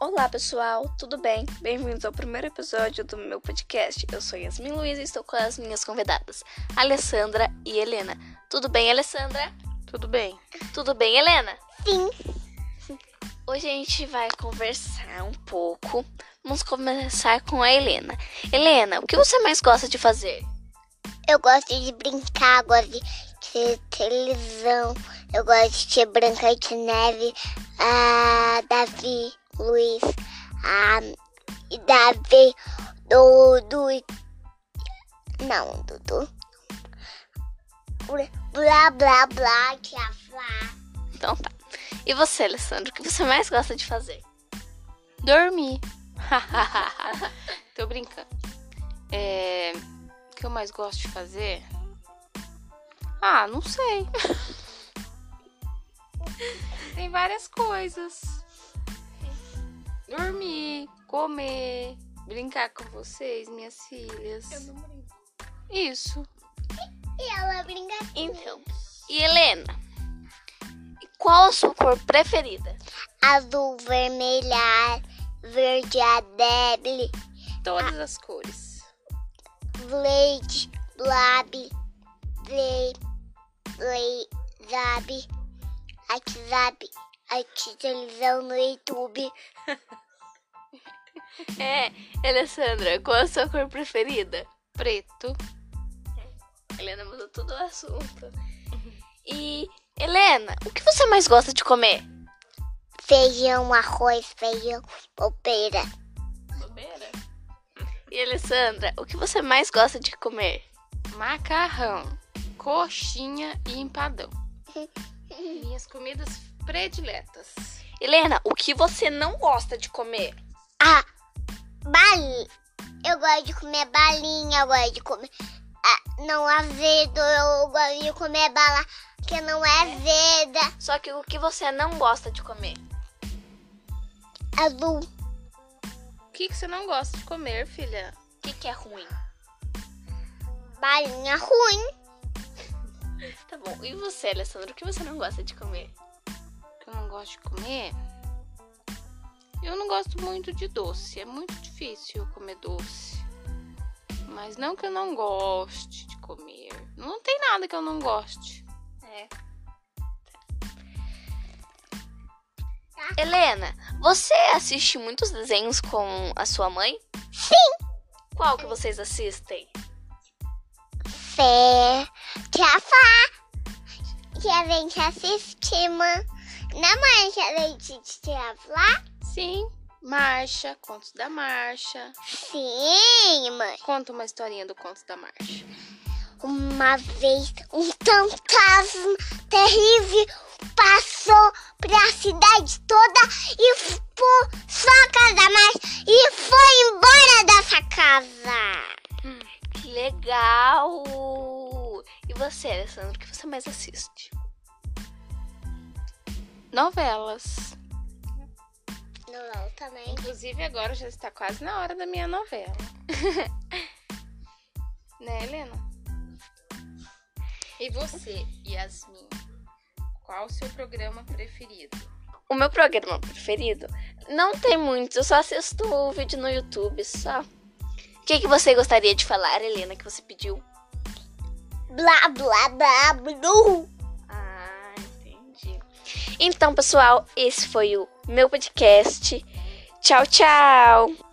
Olá pessoal, tudo bem? Bem-vindos ao primeiro episódio do meu podcast. Eu sou Yasmin Luiz e estou com as minhas convidadas, Alessandra e Helena. Tudo bem, Alessandra? Tudo bem. Tudo bem, Helena? Sim. Hoje a gente vai conversar um pouco. Vamos começar com a Helena. Helena, o que você mais gosta de fazer? Eu gosto de brincar, gosto de de televisão. Eu gosto de assistir Branca de Neve, a Davi Luiz, a e Davi do, do. Não, Dudu. Blá blá blá, blá blá. Então tá. E você, Alessandra, o que você mais gosta de fazer? Dormir. Tô brincando. É, o que eu mais gosto de fazer? Ah, não sei. Tem várias coisas. Dormir, comer, brincar com vocês, minhas filhas. Isso. E ela brinca Então. E Helena, e qual a sua cor preferida? azul, vermelha, verde, a débil, Todas as cores. Blade, Blab, Blade, Blade, Zab, WhatsApp, a televisão no YouTube, É, Alessandra, qual a sua cor preferida? Preto. Helena mudou todo o assunto. E, Helena, o que você mais gosta de comer? feijão, arroz, feijão, bobeira, Bobeira. E, Alessandra, o que você mais gosta de comer? Macarrão. Coxinha e empadão. Minhas comidas prediletas. Helena, o que você não gosta de comer? ah, bali. Eu gosto de comer balinha, eu gosto de comer ah, não azedo, eu gosto de comer bala que não é azeda, Só que o que você não gosta de comer? azul, O que, que você não gosta de comer, filha? O que, que é ruim? balinha ruim. Tá bom. E você, Alessandra, o que você não gosta de comer? que eu não gosto de comer. Eu não gosto muito de doce, é muito difícil eu comer doce. Mas não que eu não goste de comer. Não tem nada que eu não goste. É. Helena, você assiste muitos desenhos com a sua mãe? Sim. Qual que vocês assistem? Fé, Jafá, que a gente assistimos na mãe que a gente tinha lá. Sim, marcha, contos da marcha. Sim, mãe. Conta uma historinha do conto da marcha. Uma vez um fantasma terrível passou pela cidade toda e por sua casa, mas e foi embora dessa casa. Que legal! E você, Alessandra, o que você mais assiste? Novelas. Não, também. Inclusive agora já está quase na hora da minha novela. né, Helena? E você, Yasmin? Qual o seu programa preferido? O meu programa preferido não tem muitos, eu só assisto o vídeo no YouTube só. O que, que você gostaria de falar, Helena, que você pediu? Blá, blá, blá, blu. Ah, entendi. Então, pessoal, esse foi o meu podcast. Tchau, tchau!